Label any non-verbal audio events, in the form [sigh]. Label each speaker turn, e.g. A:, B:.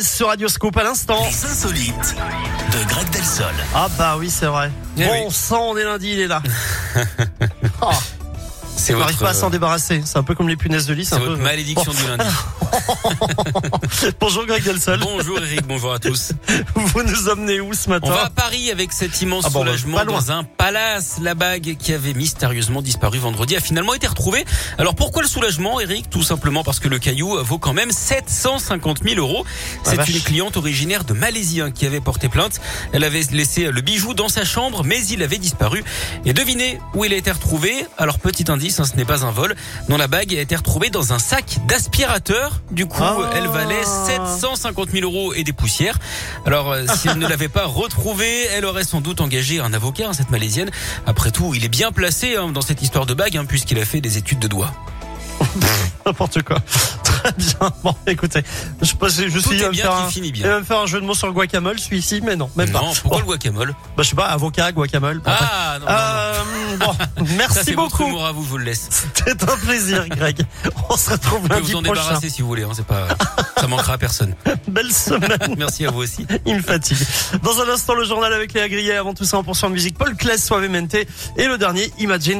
A: Sur Radioscope à l'instant.
B: Les insolites de Greg Delsol.
A: Ah bah oui, c'est vrai.
C: Eh
A: bon
C: oui.
A: sang, on est lundi, il est
C: [laughs]
A: là. Oh,
C: C'est
A: on n'arrive
C: votre,
A: pas
C: euh,
A: à s'en débarrasser. C'est un peu comme les punaises de lit. c'est
C: c'est
A: un
C: votre
A: peu...
C: malédiction du [laughs] lundi.
A: [laughs] Bonjour Greg Delsol.
C: Bonjour Eric, bonjour à tous.
A: [laughs] Vous nous emmenez où ce matin
C: On va à Paris avec cet immense
A: Ah bon, bah,
C: soulagement
A: pas loin.
C: dans un palace. La bague qui avait mystérieusement disparu vendredi a finalement été retrouvée. Alors pourquoi le soulagement Eric Tout simplement parce que le caillou vaut quand même 750 000 euros.
A: Ah,
C: C'est
A: vache.
C: une cliente originaire de Malaisie hein, qui avait porté plainte. Elle avait laissé le bijou dans sa chambre mais il avait disparu. Et devinez où il a été retrouvé Alors petit indice, hein, ce n'est pas un vol. Non, la bague a été retrouvée dans un sac d'aspirateur. Du coup,
A: Ah.
C: elle valait 750 000 euros et des poussières. Alors, euh, si elle ne l'avait pas retrouvée, elle aurait sans doute engagé un avocat, hein, cette Malaisienne. Après tout, il est bien placé hein, dans cette histoire de bague, hein, puisqu'il a fait des études de doigts.
A: [laughs] N'importe quoi. [laughs] Très bien. Bon, écoutez, je pensais juste
C: Tout
A: qu'il
C: est
A: va me
C: bien
A: faire
C: qui
A: un...
C: finit
A: Il
C: bien.
A: va me faire un jeu de mots sur le guacamole, celui-ci, mais non, même
C: non,
A: pas.
C: pourquoi
A: Bon,
C: le guacamole
A: bah, je sais pas, avocat, guacamole. bon, bref.
C: Ah, non, non, non.
A: Euh, bon,
C: [laughs] Ça,
A: merci
C: c'est votre
A: beaucoup.
C: humour à vous, je vous le laisse.
A: [laughs] C'était un plaisir, Greg. On se retrouve
C: Vous pouvez
A: lundi
C: vous en
A: prochain.
C: débarrasser si vous voulez, hein, c'est pas, ça manquera à personne. [laughs]
A: Belle semaine.
C: Merci à vous aussi.
A: [laughs] Il me fatigue. Dans un instant, le journal avec les Grillet. Avant tout ça, en poursuit de musique. Paul Claes, Suavemente. Et le dernier, Imagine.